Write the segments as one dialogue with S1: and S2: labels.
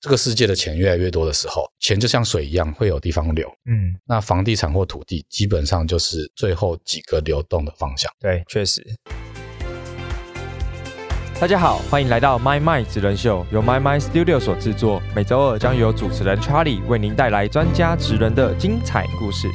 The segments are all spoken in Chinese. S1: 这个世界的钱越来越多的时候，钱就像水一样会有地方流。
S2: 嗯，
S1: 那房地产或土地基本上就是最后几个流动的方向。
S2: 对，确实。大家好，欢迎来到 My My 职人秀，由 My My Studio 所制作，每周二将由主持人 Charlie 为您带来专家职人的精彩故事。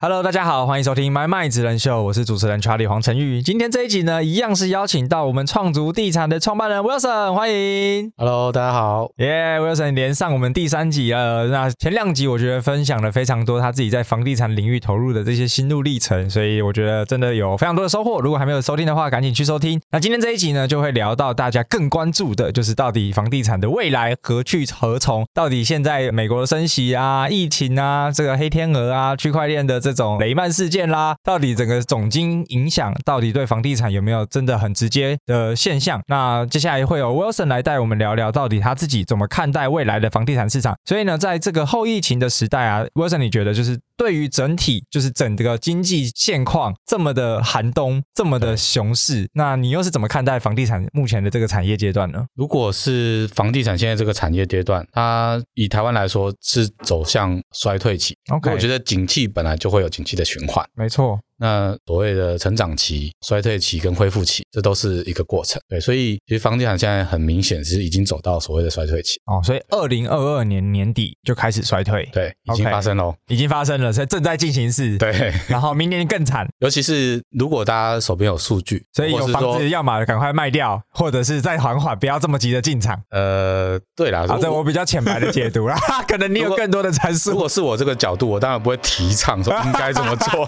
S2: Hello，大家好，欢迎收听《My My 职人秀》，我是主持人 Charlie 黄晨玉。今天这一集呢，一样是邀请到我们创足地产的创办人 Wilson，欢迎。
S1: Hello，大家好。
S2: 耶、w i l s o n 连上我们第三集了。那前两集我觉得分享了非常多他自己在房地产领域投入的这些心路历程，所以我觉得真的有非常多的收获。如果还没有收听的话，赶紧去收听。那今天这一集呢，就会聊到大家更关注的，就是到底房地产的未来何去何从？到底现在美国的升息啊、疫情啊、这个黑天鹅啊、区块链的这种雷曼事件啊啦，到底整个总经影响到底对房地产有没有真的很直接的现象？那接下来会有 Wilson 来带我们聊聊到底他自己怎么看待未来的房地产市场。所以呢，在这个后疫情的时代啊，Wilson 你觉得就是对于整体就是整个经济现况这么的寒冬，这么的熊市，那你又是怎么看待房地产目前的这个产业阶段呢？
S1: 如果是房地产现在这个产业阶段，它以台湾来说是走向衰退期。
S2: OK
S1: 我觉得景气本来就会有景气的循环。
S2: 没错，
S1: 那所谓的成长期、衰退期跟恢复期，这都是一个过程。对，所以其实房地产现在很明显是已经走到所谓的衰退期，
S2: 哦，所以二零二二年年底就开始衰退，
S1: 对，已经
S2: OK
S1: 发生喽。
S2: 已经发生了，所以正在进行式。，
S1: 对，
S2: 然后明年更惨，
S1: 尤其是如果大家手边有数据，
S2: 所以
S1: 或
S2: 有
S1: 是
S2: 房
S1: 说
S2: 子要么赶快卖掉，或者是再缓缓，不要这么急的进场。
S1: 呃，对啦，
S2: 啊，
S1: 如
S2: 这
S1: 果
S2: 我比较浅白的解读 啦，可能你有更多的阐
S1: 如
S2: 述。
S1: 果是我这个角度，我当然不会提倡说应该怎么 做，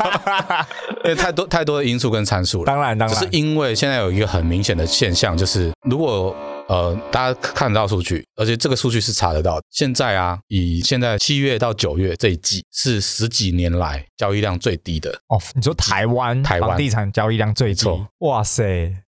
S1: 因为太多太多的因素跟参数了。
S2: 当然，当
S1: 只是
S2: 然，
S1: 因为现在有一个很明显的现象，就是如果呃大家看得到数据，而且这个数据是查得到。现在啊，以现在七月到九月这一季是十几年来交易量最低的，
S2: 哦，你说台湾
S1: 台湾
S2: 房地产交易量最
S1: 没
S2: 低
S1: 错，
S2: 哇塞，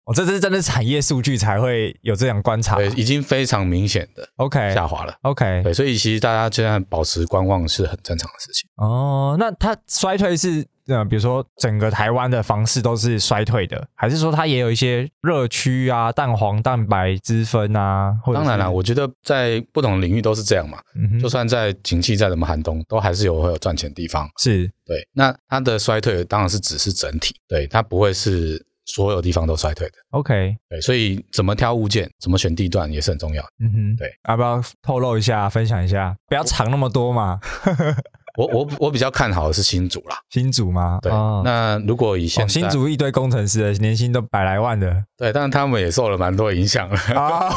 S2: 我、哦、这是真的是产业数据才会有这样观察。
S1: 对，已经非常明显的
S2: OK
S1: 下滑了。
S2: OK，
S1: 对，所以其实大家现在保持观望是很正常的事情。
S2: 哦，那它衰退是呃，比如说整个台湾的房市都是衰退的，还是说它也有一些热区啊、蛋黄蛋白之分啊？或者
S1: 当然啦，
S2: 了，
S1: 我觉得在不同领域都是这样嘛。
S2: 嗯哼
S1: 就算在景气再怎么寒冬，都还是有会有赚钱的地方。
S2: 是
S1: 对，那它的衰退当然是只是整体，对，它不会是所有地方都衰退的。
S2: OK，
S1: 对，所以怎么挑物件，怎么选地段也是很重要的。
S2: 嗯哼，
S1: 对，
S2: 要不要透露一下、分享一下？不要藏那么 多嘛，
S1: 我我我比较看好的是新竹啦。
S2: 新竹吗？
S1: 对，
S2: 哦
S1: 那如果以现
S2: 哦
S1: 在、
S2: 新竹一堆工程师的年薪都百来万 的
S1: 对，但是他们也受了蛮多影响了。
S2: 啊！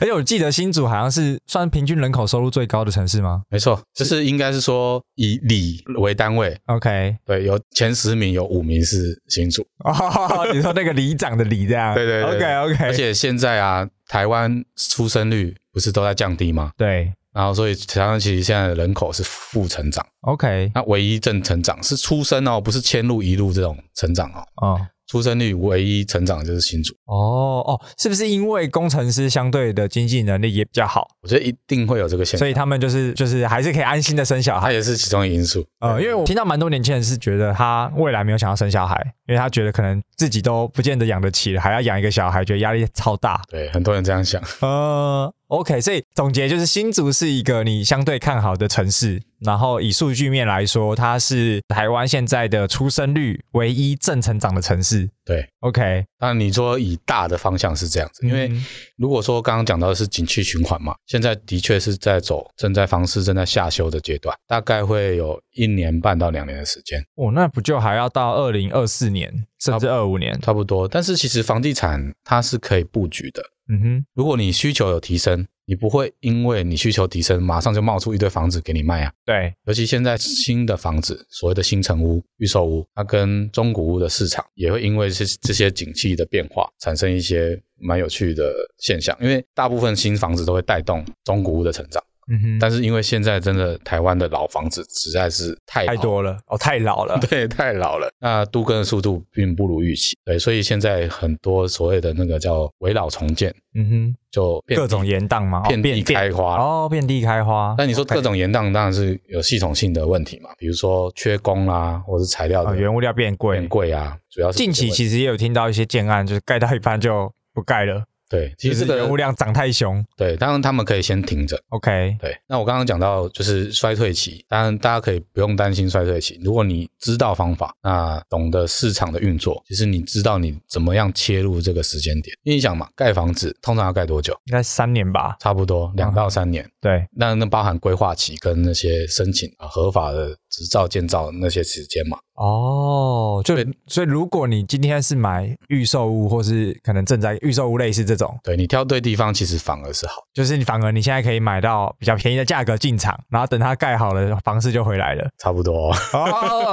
S2: 而且我记得新竹好像是算平均人口收入最高的城市吗
S1: 没错，就是应该是说以里为单位，
S2: ？OK，
S1: 对，有前十名有五名是新竹。
S2: 哦，你说那个里长的里这样？
S1: 对对对对
S2: o k OK，
S1: 而且现在啊，台湾出生率不是都在降低吗？
S2: 对
S1: 然后所以台湾其实现在的人口是负成长，
S2: OK，
S1: 那唯一正成长是出生哦，不是迁入一路这种成长哦。
S2: 哦。
S1: 出生率唯一成长就是新竹，
S2: 哦哦，是不是因为工程师相对的经济能力也比较好，
S1: 我觉得一定会有这个现象
S2: 所，以他们就是就是还是可以安心的生小
S1: 它
S2: 孩？
S1: 也是其中一个因素。
S2: 呃，因为我听到蛮多年轻人是觉得他未来没有想要生小孩，因为他觉得可能自己都不见得养得起了，还要养一个小孩，觉得压力超大。
S1: 对很多人这样想，
S2: 呃，OK，所以总结就是新竹是一个你相对看好的城市，然后以数据面来说，它是台湾现在的出生率唯一正成长的城市。
S1: 对。
S2: OK，
S1: 当然，你说以大的方向是这样子，因为
S2: 嗯
S1: 如果说刚刚讲到的是景气循环嘛，现在的确是在走正在房市正在下修的阶段，大概会有一年半到两年的时间。
S2: 哦，那不就还要到二零二四年甚至二五年？
S1: 差不多。但是其实房地产它是可以布局的，
S2: 嗯哼，
S1: 如果你需求有提升，你不会因为你需求提升，马上就冒出一堆房子给你卖啊。
S2: 对，
S1: 尤其现在新的房子，所谓的新城屋、预售屋，它跟中古屋的市场也会因为这这些景气的变化，产生一些蛮有趣的现象。因为大部分新房子都会带动中古屋的成长，
S2: 嗯哼，
S1: 但是因为现在真的台湾的老房子实在是太
S2: 太
S1: 老
S2: 多了，哦，太老 了。
S1: 对，太老了。那都更的速度并不如预期，对，所以现在很多所谓的那个叫围老重建，
S2: 嗯
S1: 就
S2: 哼，
S1: 遍
S2: 各种延宕嘛，哦
S1: 遍地开花了。
S2: 哦，遍地开花。
S1: 那你说
S2: OK
S1: 各种延宕当然是有系统性的问题嘛，比如说缺工啦、或者是材料
S2: 呃
S1: 的
S2: 原物料变贵
S1: 变，贵啊，主要是
S2: 近期
S1: 这些问题
S2: 其实也有听到一些建案，就是盖到一半就不盖了，
S1: 对，其
S2: 就
S1: 实
S2: 是
S1: 这个
S2: 人物量涨太凶。
S1: 对，当然他们可以先停着。
S2: OK，
S1: 对，那我刚刚讲到就是衰退期，当然大家可以不用担心衰退期。如果你知道方法，那懂得市场的运作，其实你知道你怎么样切入这个时间点。因为你想嘛，盖房子通常要盖多久？
S2: 应该三年吧？
S1: 差不多两到三年。
S2: 对，
S1: 那那包含规划期跟那些申请啊合法的执照建造那些时间嘛。
S2: 哦，就
S1: 对
S2: 所以如果你今天是买预售屋，或是可能正在预售屋类似这种，
S1: 对你挑对地方，其实反而是好。
S2: 就是你反而你现在可以买到比较便宜的价格进场，然后等它盖好了，房市就回来了。
S1: 差不多、哦，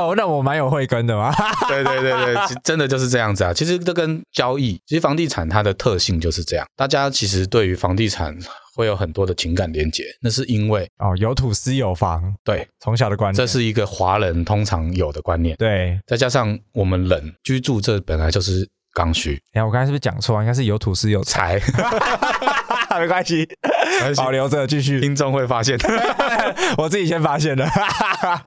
S2: 哦，那我蛮有慧根的嘛。
S1: 对对对对，其真的就是这样子啊。其实这跟交易，其实房地产它的特性就是这样。大家其实对于房地产会有很多的情感连结，那是因为
S2: 哦，有土司有房，
S1: 对，
S2: 从小的观念，
S1: 这是一个华人通常有的观念，
S2: 对。
S1: 再加上我们人居住这本来就是刚需，
S2: 哎，我刚才是不是讲错啊？应该是有土司有财，
S1: 财
S2: 没关系，保留着继续。
S1: 听众会发 现。
S2: 我自己先发现的。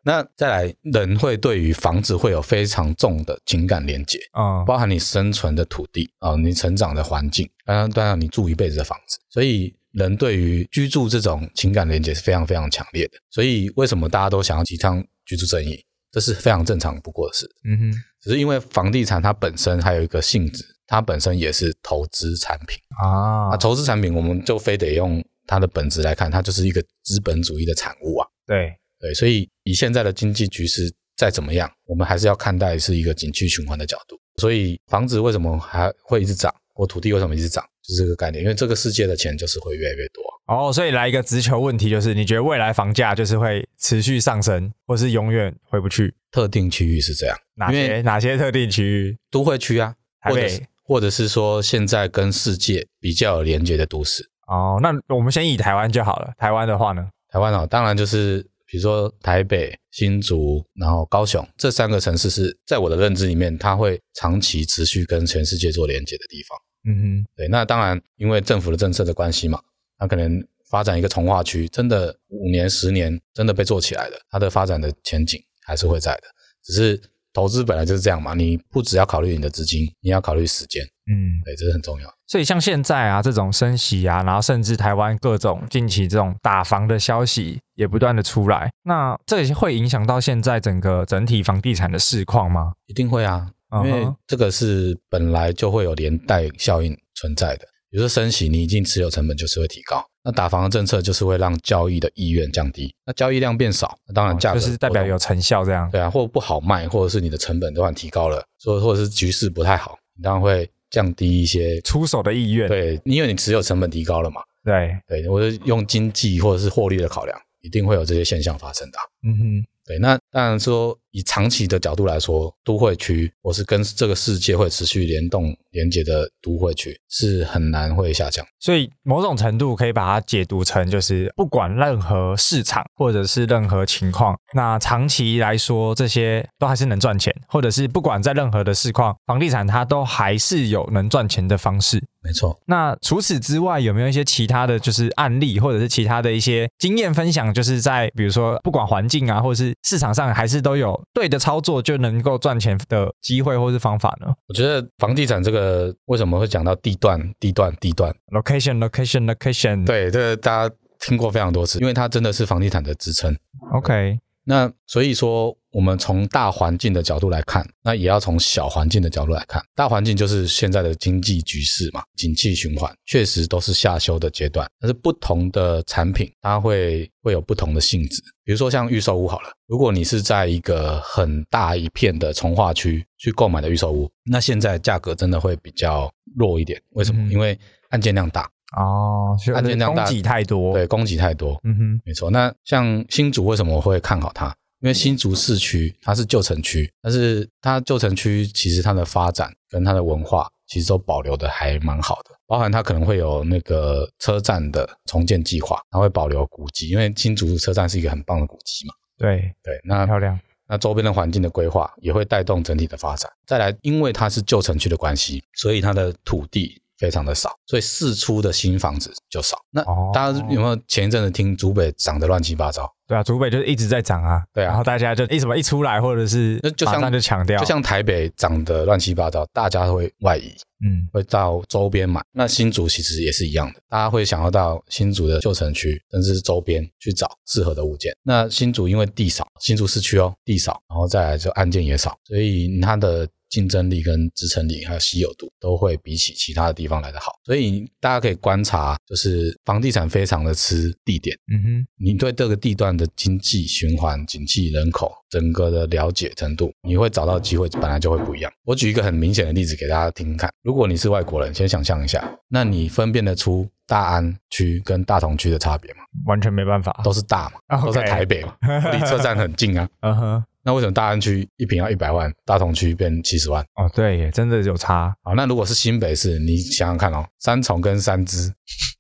S1: 那再来，人会对于房子会有非常重的情感连结。
S2: 嗯，
S1: 包含你生存的土地啊、你成长的环境，当然，当然你住一辈子的房子，所以人对于居住这种情感连接是非常非常强烈的。所以为什么大家都想要提倡居住正义，这是非常正常不过的事。
S2: 嗯哼，
S1: 只是因为房地产它本身还有一个性质，它本身也是投资产品啊，
S2: 啊，
S1: 投资产品我们就非得用它的本质来看，它就是一个资本主义的产物啊。
S2: 对，
S1: 对，所以以现在的经济局势再怎么样，我们还是要看待是一个景区循环的角度。所以房子为什么还会一直涨，或土地为什么一直涨，就是这个概念。因为这个世界的钱就是会越来越多。
S2: 哦，所以来一个直球问题，就是你觉得未来房价就是会持续上升，或是永远回不去？
S1: 特定区域是这样，
S2: 哪
S1: 因
S2: 些
S1: 为
S2: 哪些特定区域？
S1: 都会区啊，
S2: 台
S1: 或
S2: 北
S1: 者是或者是说现在跟世界比较有连接的都市。
S2: 哦，那我们先以台湾就好了。台湾的话呢？
S1: 台湾哦，当然就是比如说台北、新竹，然后高雄这三个城市是在我的认知里面，它会长期持续跟全世界做连接的地方。
S2: 嗯
S1: 对，那当然，因为政府的政策的关系嘛，它可能发展一个从化区，真的五年、十年真的被做起来了，它的发展的前景还是会在的。只是投资本来就是这样嘛，你不只要考虑你的资金，你要考虑时间，
S2: 哼，嗯。
S1: 对，这是很重要。
S2: 所以像现在啊，这种升息啊，然后甚至台湾各种近期这种打房的消息也不断的出来，那这也会影响到现在整个整体房地产的市况吗？
S1: 一定会啊，因
S2: 嗯
S1: 为
S2: 哼
S1: 这个是本来就会有连带效应存在的。比如说升息，你一定持有成本就是会提高。那打房的政策就是会让交易的意愿降低，那交易量变少，那当然啊价格
S2: 哦就是代
S1: 波
S2: 表
S1: 动
S2: 有成效这样。
S1: 对啊，或不好卖，或者是你的成本突然提高了，所以或者是局势不太好，你当然会降低一些。
S2: 出手的意愿，
S1: 对，因为你持有成本提高了嘛，
S2: 对，
S1: 对，我是用经济或者是获利的考量，一定会有这些现象发生的啊、
S2: 嗯哼，
S1: 对，那当然说以长期的角度来说，都会区我是跟这个世界会持续联动连接的都会区是很难会下降。
S2: 所以某种程度可以把它解读成，就是不管任何市场或者是任何情况，那长期来说，这些都还是能赚钱，或者是不管在任何的市况，房地产它都还是有能赚钱的方式。
S1: 没错，
S2: 那除此之外，有没有一些其他的就是案例，或者是其他的一些经验分享？就是在比如说，不管环境啊，或者是市场上，还是都有对的操作就能够赚钱的机会或是方法呢
S1: 我觉得房地产这个为什么会讲到地段、地段、地段？
S2: ？Location, location, location。
S1: 对，这个大家听过非常多次，因为它真的是房地产的支撑。
S2: ，OK，
S1: 那所以说，我们从大环境的角度来看，那也要从小环境的角度来看。大环境就是现在的经济局势嘛，景气循环确实都是下修的阶段，但是不同的产品它会会有不同的性质。比如说像预售屋好了，如果你是在一个很大一片的从化区去购买的预售屋，那现在价格真的会比较弱一点。为什么？
S2: 嗯
S1: 因为案件量大，
S2: 哦，就
S1: 案
S2: 是
S1: 件量
S2: 供
S1: 大
S2: 给太多。
S1: 对，供给太多，
S2: 嗯哼，
S1: 没错。那像新竹为什么我会看好它？因为新竹市区它是旧城区，但是它旧城区其实它的发展跟它的文化其实都保留的还蛮好的，包含它可能会有那个车站的重建计划，它会保留古迹，因为新竹车站是一个很棒的古迹嘛。
S2: 对，
S1: 对，那
S2: 漂亮。
S1: 那周边的环境的规划也会带动整体的发展。再来，因为它是旧城区的关系，所以它的土地非常的少，所以释出的新房子就少。那
S2: 哦
S1: 大家有没有前一阵子听竹北涨得乱七八糟？
S2: 对啊，竹北就是一直在涨啊，
S1: 对啊
S2: 然后大家就一什么一出来，或者是
S1: 那就
S2: 马
S1: 像
S2: 上就抢掉，
S1: 就像台北涨得乱七八糟，大家会外移，
S2: 嗯
S1: 会到周边买。那新竹其实也是一样的，大家会想要到新竹的旧城区，甚至是周边去找适合的物件。那新竹因为地少，新竹市区哦地少，然后再来就案件也少，所以它的竞争力跟支撑力还有稀有度都会比起其他的地方来得好。所以大家可以观察，就是房地产非常的吃地点。
S2: 嗯哼，
S1: 你对这个地段的经济循环、景气、人口整个的了解程度，你会找到机会，本来就会不一样。我举一个很明显的例子给大家听听看：如果你是外国人，先想象一下，那你分辨得出大安区跟大同区的差别吗？
S2: 完全没办法，
S1: 都是大嘛，
S2: 啊 OK
S1: 都在台北嘛，离车站很近啊。
S2: 嗯哼，
S1: 那为什么大安区一平要一百万，大同区变七十万？
S2: 哦对耶，真的有差，
S1: 好，那如果是新北市，你想想看哦，三重跟三芝，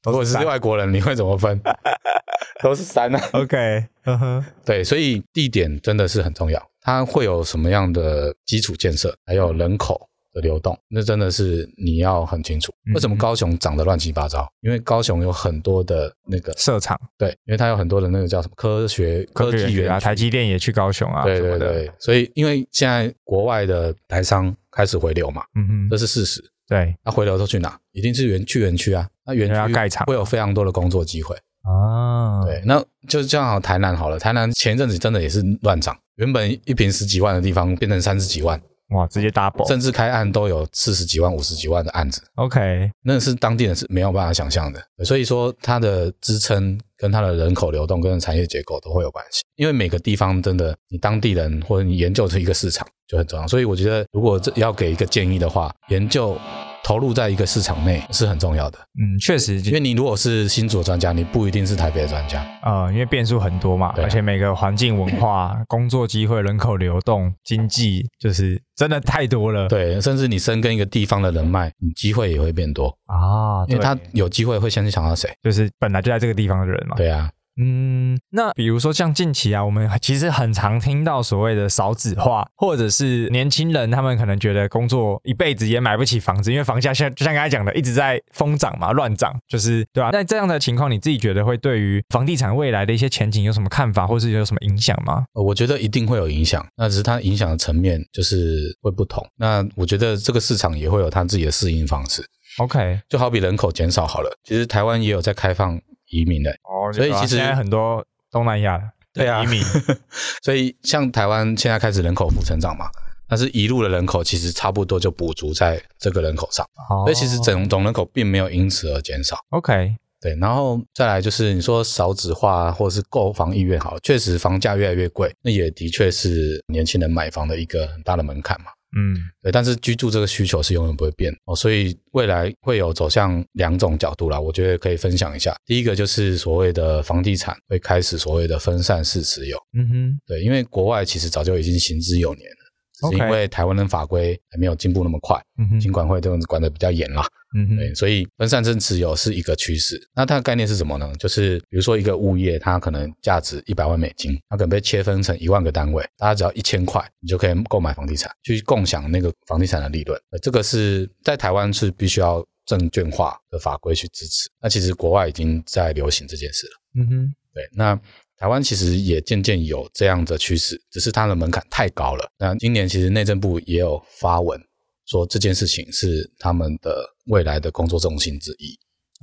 S1: 如果是
S2: 山
S1: 外国人，你会怎么分？都是三啊。
S2: OK，嗯哼，
S1: 对，所以地点真的是很重要，它会有什么样的基础建设，还有人口的流动，那真的是你要很清楚。
S2: 嗯
S1: 为什么高雄长得乱七八糟？因为高雄有很多的那个
S2: 设厂
S1: 对，因为它有很多的那个叫什么科学科技园
S2: 啊，
S1: 区
S2: 台积电也去高雄啊，
S1: 对
S2: 什
S1: 对
S2: 么的，
S1: 对，所以因为现在国外的台商开始回流嘛，
S2: 嗯
S1: 这
S2: 哼，
S1: 是事实。
S2: 对
S1: 那、回流都去哪？一定是园去园区啊。那园
S2: 因为要
S1: 区
S2: 盖厂
S1: 会有非常多的工作机会。
S2: 啊，
S1: 对，那就这样好，台南好了，台南前一阵子真的也是乱涨，原本一平十几万的地方变成三十几万，
S2: 哇，直接 double，OK，、
S1: 甚至开案都有四十几万、五十几万的案子，
S2: OK
S1: 那是当地人是没有办法想象的。所以说，它的支撑跟它的人口流动跟产业结构都会有关系，因为每个地方真的，你当地人或者你研究出一个市场就很重要。所以我觉得，如果这要给一个建议的话，研究投入在一个市场内是很重要的，
S2: 嗯，确实，
S1: 因为你如果是新竹的专家，你不一定是台北的专家。
S2: 呃，因为变数很多嘛，
S1: 对啊
S2: 而且每个环境、文 化、工作机会、人口流动、经济，就是真的太多了。
S1: 对，甚至你深耕一个地方的人脉，你机会也会变多，
S2: 啊，
S1: 因为
S2: 对
S1: 他有机会会先想到谁。
S2: 就是本来就在这个地方的人嘛。
S1: 对啊，
S2: 嗯，那比如说像近期啊，我们其实很常听到所谓的少子化，或者是年轻人他们可能觉得工作一辈子也买不起房子，因为房价像就像刚才讲的一直在疯涨嘛，乱涨，就是对吧、啊那这样的情况，你自己觉得会对于房地产未来的一些前景有什么看法，或是有什么影响吗？
S1: 呃我觉得一定会有影响，那只是它影响的层面就是会不同。那我觉得这个市场也会有它自己的适应方式，
S2: OK，
S1: 就好比人口减少好了，其实台湾也有在开放移民的。
S2: 哦，
S1: 所以
S2: 有啊
S1: 其实
S2: 现在很多东南亚的
S1: 对啊
S2: 移民，
S1: 所以像台湾现在开始人口负成长嘛，但是一路的人口其实差不多就补足在这个人口上，
S2: 哦
S1: 所以其实整总人口并没有因此而减少。
S2: OK，
S1: 对，然后再来就是你说少子化啊或者是购房意愿好，确实房价越来越贵，那也的确是年轻人买房的一个很大的门槛嘛。
S2: 嗯，
S1: 对，但是居住这个需求是永远不会变哦，所以未来会有走向两种角度啦，我觉得可以分享一下。第一个就是所谓的房地产会开始所谓的分散式持有，
S2: 嗯哼，
S1: 对，因为国外其实早就已经行之有年了。只是
S2: OK
S1: 因为台湾的法规还没有进步那么快，
S2: 嗯
S1: 金
S2: 哼，
S1: 管会这种管得比较严啦，
S2: 嗯哼，
S1: 对，所以分散式持有是一个趋势。那它的概念是什么呢？就是比如说一个物业，它可能价值一百万美金，它可能被切分成一万个单位，大家只要一千块，你就可以购买房地产，去共享那个房地产的利润。呃这个是在台湾是必须要证券化的法规去支持。那其实国外已经在流行这件事了。
S2: 嗯哼，
S1: 对，那台湾其实也渐渐有这样的趋势，只是它的门槛太高了。那今年其实内政部也有发文说这件事情是他们的未来的工作重心之一。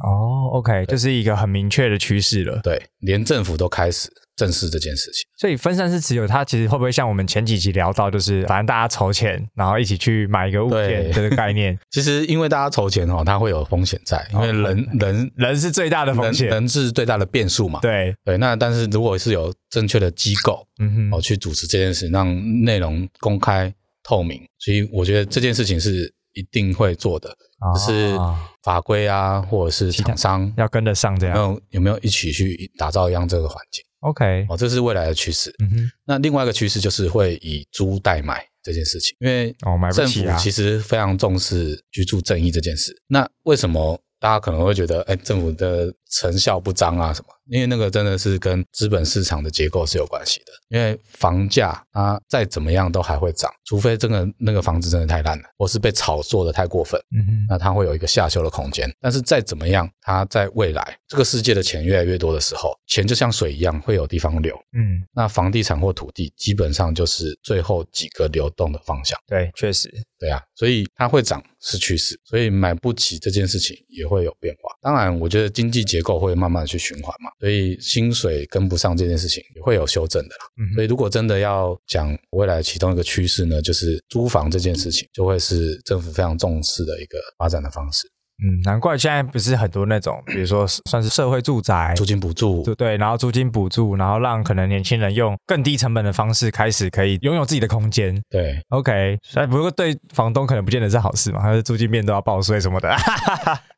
S2: 哦，OK，这是一个很明确的趋势了。
S1: 对，连政府都开始正视这件事情。
S2: 所以分散式持有，它其实会不会像我们前几集聊到，就是反正大家筹钱，然后一起去买一个物件
S1: 对
S2: 这个概念，
S1: 其实因为大家筹钱哦，它会有风险在，因为人、人
S2: 哦人是最大的风
S1: 人
S2: 险。
S1: 人是最大的变数嘛。
S2: 对，
S1: 对，那但是如果是有正确的机构
S2: 嗯
S1: 哦
S2: 哼，
S1: 去主持这件事，让内容公开透明，所以我觉得这件事情是一定会做的。
S2: 啊
S1: 只是法规啊，或者是厂商
S2: 要跟得上这
S1: 有没
S2: 样。
S1: 有有没有一起去打造一样这个环境
S2: OK，
S1: 哦，这是未来的趋势。
S2: 嗯哼，
S1: 那另外一个趋势就是会以租代买这件事情，因为
S2: 哦买不
S1: 政
S2: 起
S1: 府
S2: 啊
S1: 其实非常重视居住正义这件事。那为什么大家可能会觉得，哎，政府的成效不彰啊什么？因为那个真的是跟资本市场的结构是有关系的。因为房价它再怎么样都还会涨，除非这个那个房子真的太烂了，或是被炒作的太过分，
S2: 嗯哼，
S1: 那它会有一个下修的空间。但是再怎么样，它在未来这个世界的钱越来越多的时候，钱就像水一样会有地方流。
S2: 嗯，
S1: 那房地产或土地基本上就是最后几个流动的方向，
S2: 对，确实，
S1: 对啊，所以它会涨是趋势，所以买不起这件事情也会有变化。当然，我觉得经济结构会慢慢地去循环嘛，所以薪水跟不上这件事情也会有修正的啦。
S2: 嗯
S1: 所以
S2: 哼，
S1: 如果真的要讲未来其中一个趋势呢，就是租房这件事情就会是政府非常重视的一个发展的方式，
S2: 嗯，难怪现在不是很多那种，比如说算是社会住宅，
S1: 租金补助
S2: 对对，然后租金补助，然后让可能年轻人用更低成本的方式开始可以拥有自己的空间。
S1: 对
S2: OK，但不过对房东可能不见得是好事嘛，他的租金面都要报税什么的。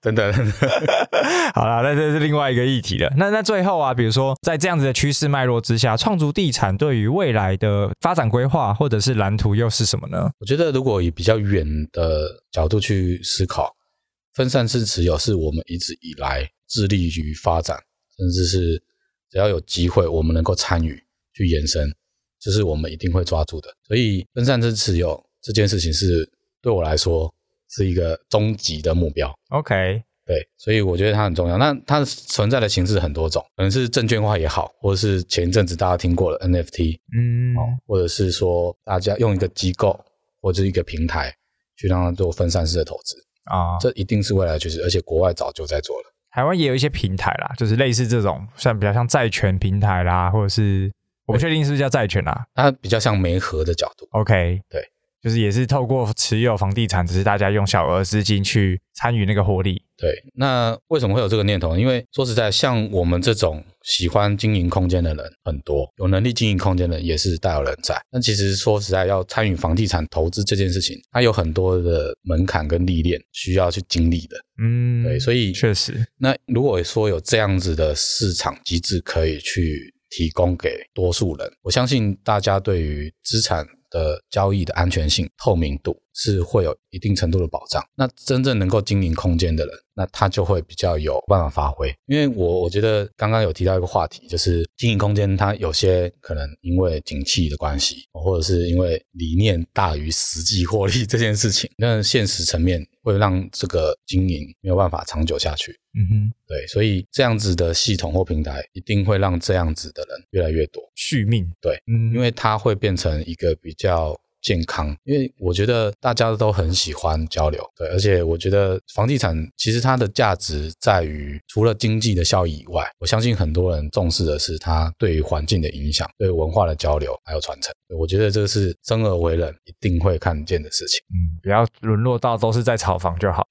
S1: 等等，
S2: 好啦，那这是另外一个议题了。那那最后啊，比如说在这样子的趋势脉络之下，创足地产对于未来的发展规划或者是蓝图又是什么呢？
S1: 我觉得如果以比较远的角度去思考，分散式持有是我们一直以来致力于发展，甚至是只要有机会我们能够参与去延伸，这是我们一定会抓住的。所以分散式持有这件事情是对我来说是一个终极的目标。
S2: OK，
S1: 对，所以我觉得它很重要。那它存在的形式很多种，可能是证券化也好，或者是前一阵子大家听过的 NFT，
S2: 嗯，
S1: 哦，或者是说大家用一个机构或者一个平台去让它做分散式的投资，
S2: 啊、
S1: 这一定是未来的趋势，而且国外早就在做了。
S2: 台湾也有一些平台啦，就是类似这种，像比较像债券平台啦，或者是我不确定是不是叫债券啦。
S1: 它比较像媒合的角度，
S2: OK，
S1: 对，
S2: 就是也是透过持有房地产，只是大家用小额资金去参与那个获利。
S1: 对。那为什么会有这个念头？因为说实在，像我们这种喜欢经营空间的人很多，有能力经营空间的人也是大有人在。但其实说实在，要参与房地产投资这件事情，它有很多的门槛跟历练需要去经历的。
S2: 嗯，
S1: 对，所以
S2: 确实，
S1: 那如果说有这样子的市场机制可以去提供给多数人，我相信大家对于资产的交易的安全性、透明度是会有一定程度的保障。那真正能够经营空间的人，那他就会比较有办法发挥。因为我我觉得刚刚有提到一个话题，就是经营空间，它有些可能因为景气的关系，或者是因为理念大于实际获利这件事情，那现实层面会让这个经营没有办法长久下去。
S2: 嗯哼。
S1: 对，所以这样子的系统或平台一定会让这样子的人越来越多，
S2: 续命，
S1: 对，
S2: 嗯，
S1: 因为它会变成一个比较健康。因为我觉得大家都很喜欢交流，对，而且我觉得房地产其实它的价值在于除了经济的效益以外，我相信很多人重视的是它对于环境的影响、对文化的交流还有传承。对我觉得这是生而为人一定会看见的事情。
S2: 嗯不要沦落到都是在炒房就好。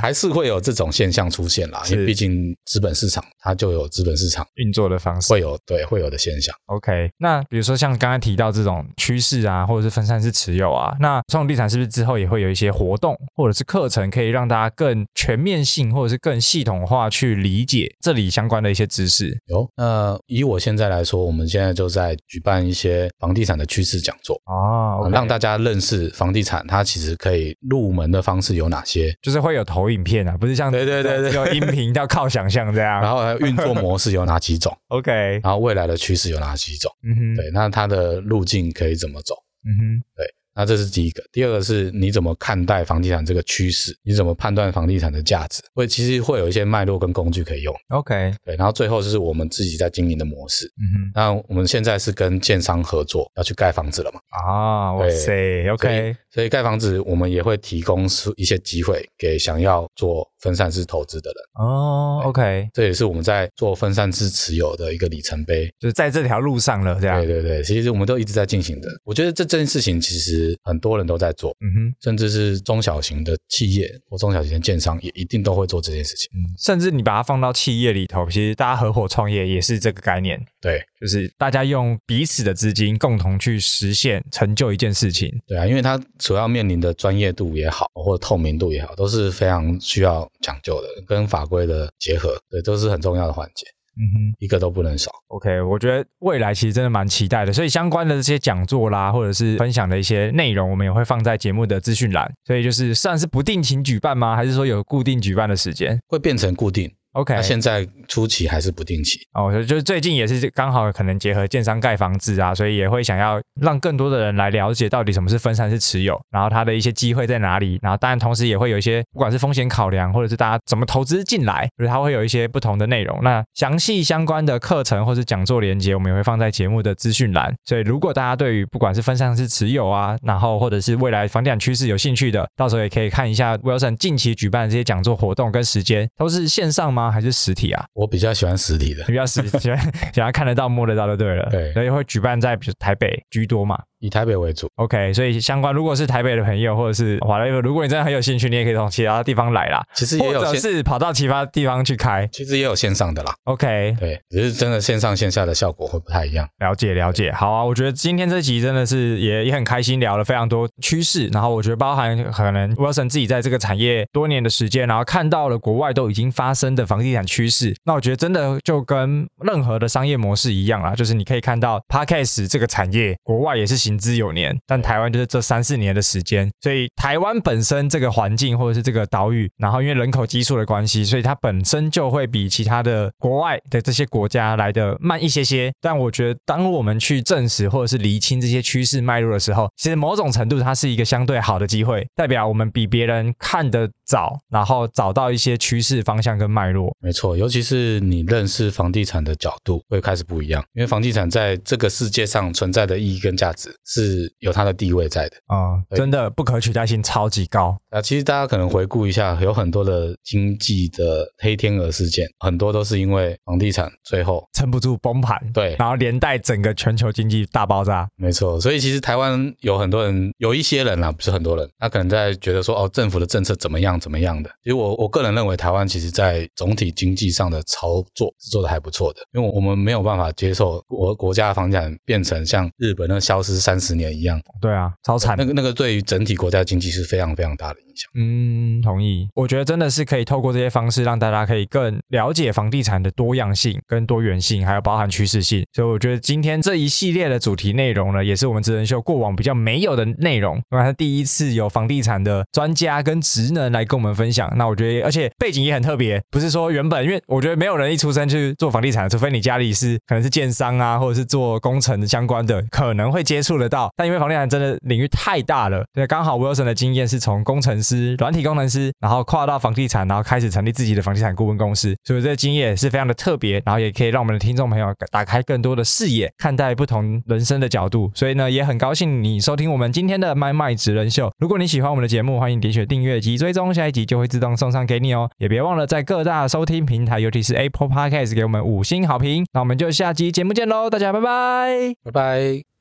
S1: 还是会有这种现象出现啦，因
S2: 是
S1: 为毕竟资本市场它就有资本市场
S2: 运作的方式
S1: 会有对会有的现象。
S2: ，OK。那比如说像刚刚提到这种趋势啊，或者是分散式持有啊，那创地产是不是之后也会有一些活动或者是课程，可以让大家更全面性或者是更系统化去理解这里相关的一些知识？
S1: 有，那以我现在来说，我们现在就在举办一些房地产的趋势讲座，
S2: 哦
S1: 啊让大家认识房地产，它其实可以入门的方式有哪些，
S2: 就是会有投影片啊，不是像
S1: 对对对对
S2: 有音频要靠想象这样。
S1: 然后还有运作模式有哪几种，
S2: OK，
S1: 然后未来的趋势有哪几种，
S2: 嗯哼，
S1: 对，那它的路径可以怎么走？
S2: 嗯哼，
S1: 那这是第一个，第二个是你怎么看待房地产这个趋势？你怎么判断房地产的价值？会其实会有一些脉络跟工具可以用，
S2: ，OK，嗯
S1: 对。然后最后就是我们自己在经营的模式。
S2: 哼，
S1: 那我们现在是跟建商合作要去盖房子了嘛？
S2: 啊，哇
S1: 对
S2: 塞
S1: 所
S2: ，OK，
S1: 以，所以盖房子我们也会提供出一些机会给想要做分散式投资的人，
S2: 哦，OK，
S1: 这也是我们在做分散式持有的一个里程碑。
S2: 就是在这条路上了，这样。
S1: 对对对，其实我们都一直在进行的。我觉得这件事情其实很多人都在做，
S2: 嗯哼，
S1: 甚至是中小型的企业或中小型的建商也一定都会做这件事情。
S2: 甚至你把它放到企业里头，其实大家合伙创业也是这个概念，
S1: 对
S2: 就是大家用彼此的资金共同去实现成就一件事情。
S1: 对啊，因为它所要面临的专业度也好，或者透明度也好，都是非常需要讲究的，跟法规的结合，对，都是很重要的环节，
S2: 嗯哼
S1: 一个都不能少。
S2: ，OK，我觉得未来其实真的蛮期待的，所以相关的这些讲座啦，或者是分享的一些内容，我们也会放在节目的资讯栏。所以就是算是不定期举办吗？还是说有固定举办的时间？
S1: 会变成固定，
S2: OK，
S1: 那啊现在初期还是不定期，
S2: 哦，所以就是最近也是刚好可能结合建商盖房子啊，所以也会想要让更多的人来了解到底什么是分散式持有，然后它的一些机会在哪里，然后当然同时也会有一些不管是风险考量，或者是大家怎么投资进来，就是它会有一些不同的内容。那详细相关的课程或是讲座连接，我们也会放在节目的资讯栏。所以如果大家对于不管是分散式持有啊，然后或者是未来房地产趋势有兴趣的，到时候也可以看一下 Wilson 近期举办的这些讲座活动跟时间，都是线上吗？还是实体啊？
S1: 我比较喜欢实体的。
S2: 比较实喜欢 喜欢看得到、摸得到就对了。
S1: 对
S2: 所以会举办在比如台北居多嘛。
S1: 以台北为主，
S2: OK，所以相关如果是台北的朋友，或者是华莱如果你真的很有兴趣，你也可以从其他地方来啦，
S1: 其实也
S2: 或
S1: 有
S2: 者
S1: 线，
S2: 是跑嗯到其他地方去开。
S1: 其实也有线上的啦，
S2: OK，
S1: 对，只是真的线上线下的效果会不太一样。
S2: 了解了解，好啊！我觉得今天这集真的是也也很开心，聊了非常多趋势，然后我觉得包含可能 Wilson 自己在这个产业多年的时间，然后看到了国外都已经发生的房地产趋势，那我觉得真的就跟任何的商业模式一样啦，就是你可以看到 Podcast 这个产业国外也是行之有年，但台湾就是这三四年的时间，所以台湾本身这个环境或者是这个岛屿，然后因为人口基数的关系，所以它本身就会比其他的国外的这些国家来的慢一些些。但我觉得，当我们去证实或者是厘清这些趋势脉络的时候，其实某种程度它是一个相对好的机会，代表我们比别人看得早，然后找到一些趋势方向跟脉络。
S1: 没错，尤其是你认识房地产的角度会开始不一样，因为房地产在这个世界上存在的意义跟价值是有它的地位在的。
S2: 啊、
S1: 对
S2: 真的不可取代性超级高。
S1: 啊，其实大家可能回顾一下，有很多的经济的黑天鹅事件，很多都是因为房地产最后
S2: 撑不住崩盘，
S1: 对
S2: 然后连带整个全球经济大爆炸，
S1: 没错，所以其实台湾有很多人，有一些人啦，不是很多人，他可能在觉得说，哦，政府的政策怎么样怎么样的。其实我我个人认为，台湾其实在总体经济上的操作是做的还不错的，因为我们没有办法接受国国家的房地产变成像日本那消失三十年一样，
S2: 对啊，超惨
S1: 那。个那个对于整体国家经济是非常非常大的影响。
S2: 嗯，同意。我觉得真的是可以透过这些方式，让大家可以更了解房地产的多样性、跟多元性，还有包含趋势性。所以我觉得今天这一系列的主题内容呢，也是我们职人秀过往比较没有的内容。那它第一次有房地产的专家跟职能来跟我们分享，那我觉得而且背景也很特别，不是说原本因为我觉得没有人一出生去做房地产，除非你家里是可能是建商啊，或者是做工程相关的，可能会接触得到。但因为房地产真的领域太大了，对，刚好 Wilson 的经验是从工程师、软体工程师，然后跨到房地产，然后开始成立自己的房地产顾问公司，所以这个经验也是非常的特别，然后也可以让我们的听众朋友打开更多的视野，看待不同人生的角度。所以呢，也很高兴你收听我们今天的麦麦职人秀。如果你喜欢我们的节目，欢迎点选订阅及追踪，下一集就会自动送上给你哦。也别忘了在各大收听平台，尤其是 Apple Podcast 给我们五星好评。那我们就下集节目见喽，大家拜拜。
S1: 拜拜。